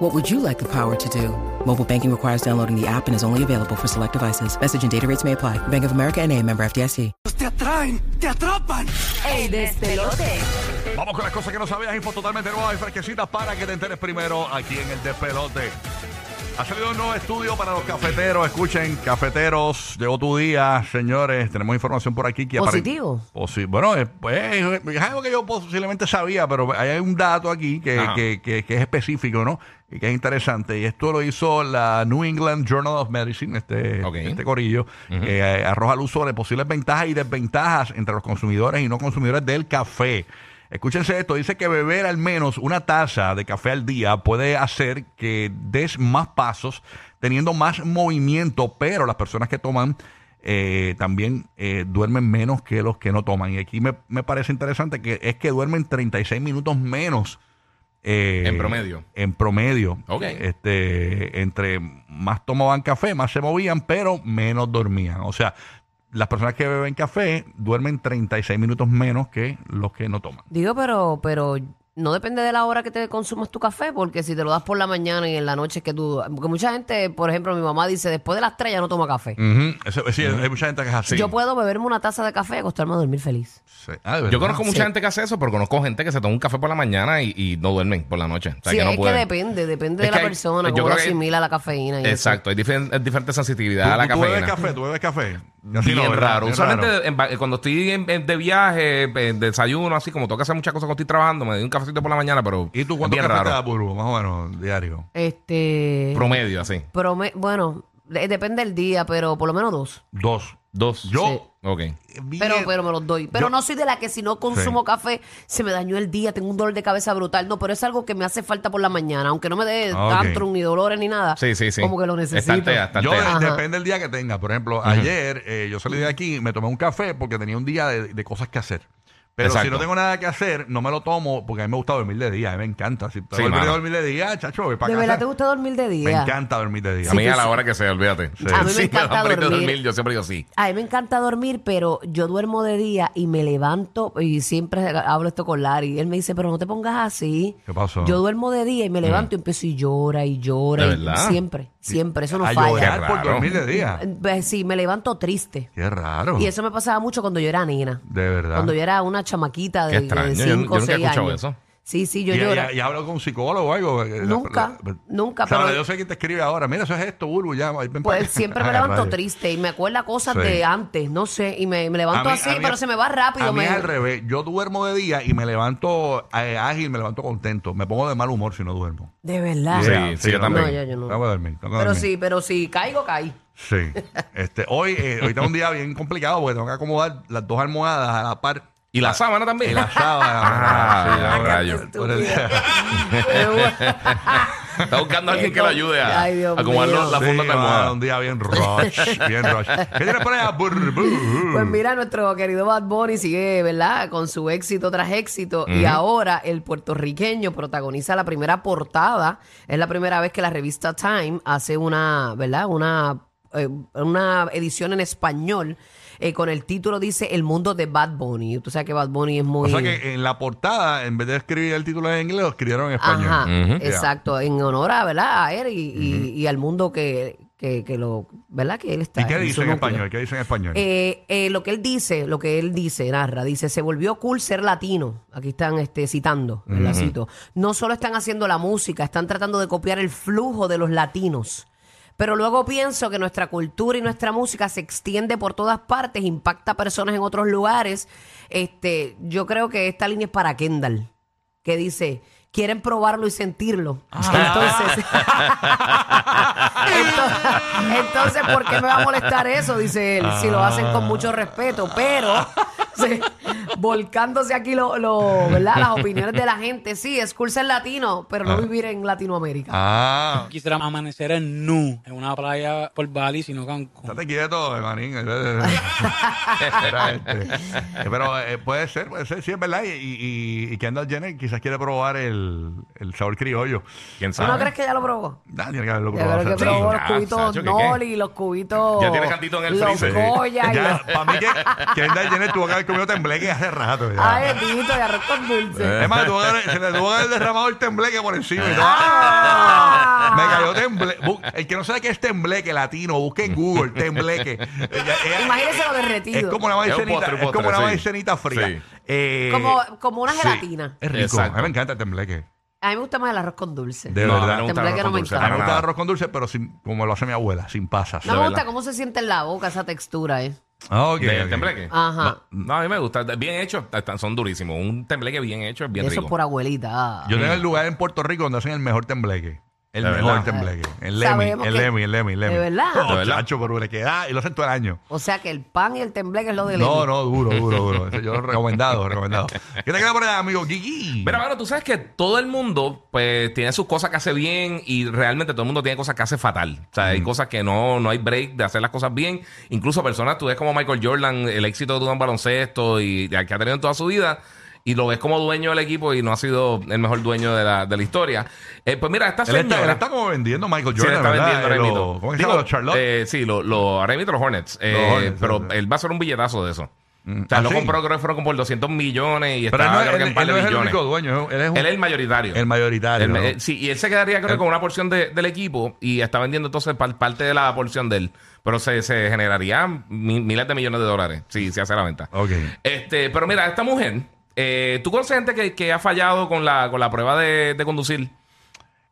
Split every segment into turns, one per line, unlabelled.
What would you like the power to do? Mobile banking requires downloading the app and is only available for select devices. Message and data rates may apply. Bank of America and a member FDIC.
Pues Te atraen, te atrapan.
Vamos con las cosas que no sabías, info totalmente nueva y fresquecita para que te enteres primero aquí en el despelote. Ha salido un nuevo estudio para los cafeteros. Escuchen, cafeteros, llegó tu día, señores. Tenemos información por aquí que apare-
¿Positivo?
Posi- bueno, eh, pues, eh, es algo que yo posiblemente sabía, pero hay un dato aquí que,
Ajá.
que- que- que es específico, ¿no? Y que es interesante. Y esto lo hizo la New England Journal of Medicine, este,
Ok.
este corillo, que eh, arroja luz sobre posibles ventajas y desventajas entre los consumidores y no consumidores del café. Escúchense esto, dice que beber al menos una taza de café al día puede hacer que des más pasos, teniendo más movimiento, pero las personas que toman eh, también eh, duermen menos que los que no toman. Y aquí me, me parece interesante que es que duermen 36 minutos menos. eh,
En promedio.
En promedio.
Ok.
Este, entre más tomaban café, más se movían, pero menos dormían. O sea, las personas que beben café duermen 36 minutos menos que los que no toman.
Digo, pero, pero no depende de la hora que te consumas tu café, porque si te lo das por la mañana y en la noche es que tú... Porque mucha gente, por ejemplo, mi mamá dice, después de las tres ya no toma café.
Mm,
Eso- sí, hay mucha gente que es así.
Yo puedo beberme una taza de café y acostarme a dormir feliz.
Sí. Ah, de verdad.
Yo conozco mucha
Sí.
gente que hace eso, pero conozco gente que se toma un café por la mañana y, y no duermen por la noche. O sea,
sí,
que no
es
pueden.
que depende, depende
Es
de la
que hay-
persona,
yo
cómo
creo
lo
que-
asimila la cafeína y eso.
Exacto, hay diferente, diferente
¿Tú,
sensibilidad a la
tú bebes
cafeína.
café, tú bebes café.
Bien
no, ¿verdad?
raro.
Bien
Usualmente
raro.
en va- cuando estoy en- en- de viaje, eh, desayuno, así como tengo que hacer muchas cosas cuando estoy trabajando, me doy un cafecito por la mañana, pero
¿Y tú
es
cuánto
bien
café te da,
raro.
Burbu? Más o menos, diario.
Este...
Promedio, así.
prome- bueno, de- depende del día, pero por lo menos dos.
Dos.
Dos.
Yo-
Sí.
Ok.
Bien-
Pero, pero me los doy. Pero
Yo-
no soy de la que si no consumo café se me dañó el día, tengo un dolor de cabeza brutal. No, pero es algo que me hace falta por la mañana, aunque no me dé
Ah, ok.
tantrum ni dolores ni nada.
Sí, sí, sí.
Como que lo necesito.
Estartea,
Yo
estartea.
de-
Ajá.
depende del día que tenga. Por ejemplo, ayer eh, yo salí de aquí, me tomé un café porque tenía un día de, de cosas que hacer. Pero si
Exacto.
no tengo nada que hacer, no me lo tomo porque a mí me gusta dormir de día. A mí me encanta. Si te
Sí,
voy a
mano.
dormir de día, chacho, voy para
¿De
casa.
verdad te gusta dormir de día?
Me encanta dormir de día.
a mí a la
sí.
hora que sea, olvídate.
A mí me
Sí, da
encanta
hambre de
dormir.
Yo siempre digo sí.
A mí me encanta dormir, pero yo duermo de día y me levanto y siempre hablo esto con Larry. Él me dice, pero no te pongas así.
¿Qué pasó? Mm.
Yo duermo de día y me levanto y empiezo y llora y llora.
¿De
y-
verdad?
Siempre, siempre. Eso no
a
falla.
llorar
Qué
por
raro.
dormir de día.
Eh, Sí, me levanto triste.
Qué raro.
Y eso me pasaba mucho cuando yo era nena.
De verdad.
Cuando yo era una chamaquita
Qué
de,
extraño,
de
yo- yo
cinco o
nunca he
6
escuchado
años.
eso.
Sí, sí, yo
y,
lloro.
y- y hablo con un psicólogo o algo. eh,
Nunca, nunca,
Sabrá,
pero-
yo sé que te escribe ahora. Mira, eso es esto, Burbu. Ya, ven para
Pues
acá.
siempre me
Ah,
levanto
rayos.
triste y me acuerda cosas
Sí.
de antes, no sé, y me,
A
me levanto
mí-
así,
a mí-
pero se me va rápido.
A mí
me-
es al revés. Yo duermo de día y me levanto eh, ágil, me levanto contento. Me pongo de mal humor si no duermo.
De verdad.
Sí, sí, yo
no,
también.
Ah. No, yo- yo no.
Tengo que dormir. tengo que
Pero
dormir.
sí, pero sí, caigo, caí.
Sí. Este, hoy, eh, hoy tengo un día bien complicado porque tengo que acomodar las dos almohadas a la par.
Y la sábana
Y
también.
la sábana.
Ah,
Sí, ahora.
rayos.
Por el-
Está buscando a alguien que lo ayude a
Ay, Dios
a acomodar
mío.
los- la
Sí,
funda de la
mano,
almohada.
Un día bien rush, bien rush. ¿Qué tienes por allá? Bur- bur-
Pues mira, nuestro querido Bad Bunny sigue, ¿verdad? Con su éxito tras éxito. Y ahora el puertorriqueño protagoniza la primera portada. Es la primera vez que la revista Time hace una, ¿verdad? Una, eh, una edición en español eh, con el título dice El mundo de Bad Bunny. Tú sabes que Bad Bunny es
O
muy...
sea que en la portada, en vez de escribir el título en inglés, lo escribieron en español.
Ajá,
Ujú.
Ya.
exacto. En honor a, ¿verdad? A él y, y- y al mundo que, que, que lo... ¿Verdad? Que él está
¿Y qué
en su
dice en
núcleo.
español? ¿Qué dice en español?
Eh, eh, lo que él dice, lo que él dice, narra, dice, se volvió cool ser latino. Aquí están este, citando, la cito. No solo están haciendo la música, están tratando de copiar el flujo de los latinos. Pero luego pienso que nuestra cultura y nuestra música se extiende por todas partes, impacta a personas en otros lugares. Este, yo creo que esta línea es para Kendall, que dice, quieren probarlo y sentirlo.
Ah.
Entonces,
Ah.
Entonces, entonces, ¿por qué me va a molestar eso? Dice él, si lo hacen con mucho respeto, pero volcándose, volcándose aquí lo, lo- ¿verdad? las opiniones de la gente. Sí, es curso en latino, pero
Ah.
no vivir en Latinoamérica.
Ah,
Quisiera amanecer en nu, en una playa por Bali, sino Cancún.
estate quieto, eh, manín. Era este. Eh, Pero eh, puede ser, puede ser, sí, es verdad. Y, y, y Kendall Jenner quizás quiere probar el, el sabor criollo.
¿Quién
¿Tú
sabe?
no crees que ya lo probó?
Ah, tiene que haberlo
Ya
probado.
creo que
Sí.
probó los
ya,
cubitos
Sacho, ¿qué, qué?
Noli, los cubitos.
Ya tiene cantito en el
los
freezer.
Goya y los-
Ya, para mí que Kendall Jenner tuvo que haber comido tembleque hace rato. ya.
Ay, bendito, de arroz con dulce.
Eh.
Es más, tuvo que haber- se le tuvo que haber derramado el tembleque por encima. y todo.
Ah.
Me cayó tembleque. Bu- El que no sabe qué es tembleque latino, busque en Google tembleque. Ella- ella-
Imagínese lo derretido.
Es como una
Es un
maicenita,
postre, un
es como
postre,
una
sí.
maicenita fría.
Sí.
Eh,
Como- como una
sí.
gelatina.
Es rico.
Exacto.
A mí me encanta el tembleque.
A mí me gusta más el arroz con dulce.
De
No,
verdad.
no me
Tembleque
gusta el arroz
no
con
me
dulce,
A mí
encanta.
para
me gusta el
nada.
arroz con dulce, pero sin, como lo hace mi abuela, sin pasas. Ah,
No me gusta
verdad.
cómo se siente en la boca esa textura, ¿eh?
Ok,
¿Del
ok.
tembleque?
Ajá.
No, a mí me gusta. Bien hecho. están- Son durísimos. Un tembleque bien hecho es bien
Eso
rico.
es por abuelita.
Yo tengo el lugar en Puerto Rico donde hacen el mejor tembleque. El
De
mejor
verdad.
tembleque. El Lemi,
Sabemos
el
que-
Lemi, el Lemi, el
¿De
Lemi.
verdad?
Oh,
De verdad.
chacho, pero le queda y lo hacen todo el año.
O sea que el pan y el tembleque es lo de
No,
Lenin.
no, duro, duro, duro. Eso yo lo recomendado, recomendado. ¿Qué te queda por ahí, amigo Gigi?
Mira, mano, tú sabes que todo el mundo pues tiene sus cosas que hace bien y realmente todo el mundo tiene cosas que hace fatal. O sea, hay cosas que no, no hay break de hacer las cosas bien. Incluso personas, tú ves como Michael Jordan, el éxito de un baloncesto y y al que ha tenido en toda su vida. Y lo ves como dueño del equipo y no ha sido el mejor dueño de la, de la historia. Eh, pues mira, esta
él, está, él
señora...
está como vendiendo Michael
Sí,
Jordan,
le está
¿verdad?
vendiendo ahora
Eh,
mismo.
lo- ¿Cómo se
Digo,
llama? Los Charlotte.
eh, sí, lo, lo, ahora mismo los Hornets. Eh,
Hornets,
pero
sí, sí.
él va a ser un billetazo de eso. O sea,
¿Ah,
lo
sí?
compró, creo que fueron como por 200 millones y
Pero él
está
no,
creo que
él-
en par
él
de
no es el
millones.
único dueño, él es un-
Él es el mayoritario.
el mayoritario.
El-
¿no?
eh, sí, y él se quedaría creo, con una porción de- del equipo y está vendiendo entonces par- parte de la porción de él. Pero se, se generaría mi- miles de millones de dólares si se hace la venta.
Ok.
Este, pero mira, esta mujer, eh, ¿tú conoces gente que, que ha fallado con la, con la prueba de, de conducir?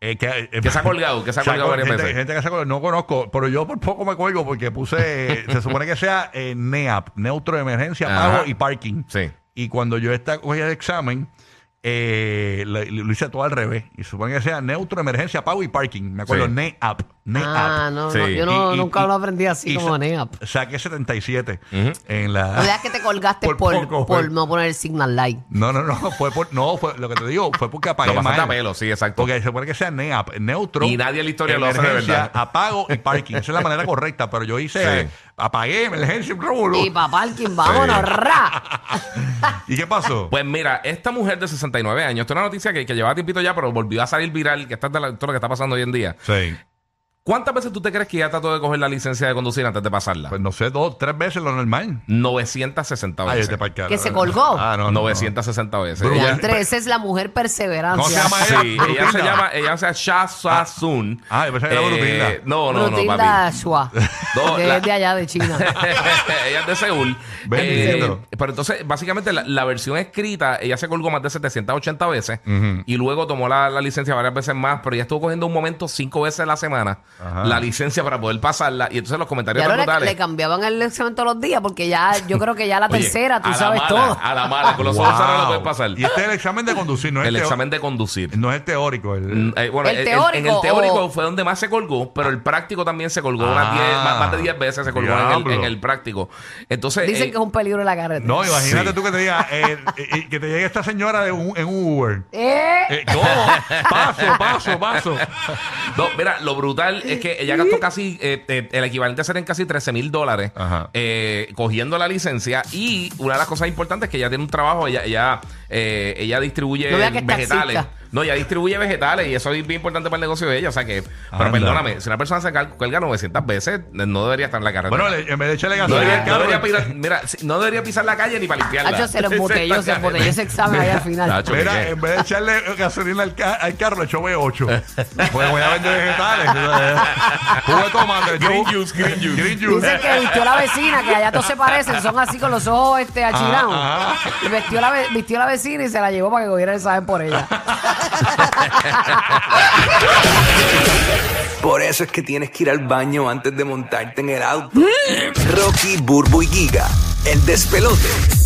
Eh, que, eh,
Que se ha colgado, que se ha colgado varias
gente,
veces.
gente que se ha colgado, no conozco, pero yo por poco me cuelgo porque puse, eh, se supone que sea eh, NEAP, neutro de emergencia,
Ajá.
pago y parking.
Sí.
Y cuando yo esta cogí el examen, eh, lo, lo hice todo al revés. Y se supone que sea neutro de emergencia, pago y parking. Me acuerdo,
Sí.
NEAP. NEAP.
Ah, no, no,
Sí.
yo no,
Y- y-
nunca
y-
lo aprendí así
y
como
sa-
NEAP.
Saqué 77 en la...
La verdad es que te colgaste por,
Por poco,
por
fue.
no poner el signal light.
No, no, no, fue por, no, fue, lo que te digo, fue porque
Lo
apagué
pasaste a
mal.
pelo, sí, exacto.
Porque se supone que sea NEAP, neutro.
Y nadie en la historia lo hace de
emergencia,
verdad.
Apago y parking. Esa es la manera correcta, pero yo hice,
Sí.
eh, apagué, emergencia, un revolú.
Y para parking, vámonos, ra.
¿Y qué pasó?
Pues mira, esta mujer de 69 años, esta es una noticia que, que llevaba tiempito ya, pero volvió a salir viral, que está de la- todo lo que está pasando hoy en día.
sí.
¿Cuántas veces tú te crees que ya trató de coger la licencia de conducir antes de pasarla?
Pues no sé, dos, tres veces lo normal.
960
Ay,
veces.
este parqueado.
Que se colgó.
Ah, no, no, no.
960 veces.
Brutal.
Ella,
Entre esa es la mujer
¿Cómo se
perseverancia.
llama ella?
sí, ella se
Brutilda.
llama, ella se llama Shasa Sun. Eh,
Ah, yo pensé que era Brutilda.
No, no, no,
Brutilda
papi.
Schwa,
No,
que
la-
es de allá de China.
ella es de Seúl.
Bendito.
Eh, pero entonces, básicamente, la, la versión escrita, ella se colgó más de 780 veces y luego tomó la, la licencia varias veces más, pero ella estuvo cogiendo un momento cinco veces a la semana
Ajá.
la licencia para poder pasarla. Y entonces los comentarios
Ya
tan
no le,
brutales.
le cambiaban el examen todos los días porque ya, yo creo que ya la
Oye,
tercera,
a
tú
la
sabes
mala,
todo.
A la mala, con los ojos cerrados no la puedes pasar.
Y este es el examen de conducir, no es
el
teo-
examen de conducir.
No es teórico. el-
Mm, eh, bueno,
¿El
en- en-
teórico
en el teórico
o-
fue donde más se colgó, pero el práctico también se colgó unas
Ah,
10, más, más de 10 veces se colgó en el- en el,
diablo.
práctico. Entonces,
Dicen
eh,
que es un peligro en la carretera.
No, imagínate
Sí.
tú que te diga, eh, eh, que te llegue esta señora de un- en un Uber.
¿Eh?
Eh, ¿Cómo? paso, paso, paso.
No, mira, lo brutal es que ella gastó casi, eh, eh, el equivalente a ser en casi 13 mil dólares
Ajá.
eh, cogiendo la licencia. Y una de las cosas importantes es que ella tiene un trabajo, ella, ella, eh, ella distribuye
No vea que es
vegetales.
taxista.
No, ella distribuye vegetales y eso es bien importante para el negocio de ella. O sea que, pero
Anda.
perdóname, si una persona se cal- cuelga 900 veces, no debería estar en la carretera.
Bueno, le- en vez de echarle
no
gasolina
debería,
al
no debería
carro,
pisar, mira, si- no debería pisar la calle ni para limpiarla.
Hacho, se Ah, los embotelló, se embotelló ese examen ahí al final.
Nacho, ¿qué?
Mira, en vez de echarle gasolina al, ca- al carro, le echó B8. Pues voy a vender vegetales. Jugo de tomate,
Green
jugo-
juice, green juice.
Green juice.
Dicen que vistió la vecina, que allá todos se parecen, son así con los ojos este achinados.
Ajá, ajá.
Y vistió la, ve- vistió la vecina y se la llevó para que cogiera el examen por ella.
Por eso es que tienes que ir al baño antes de montarte en el auto. Rocky, Burbu y Giga, el despelote.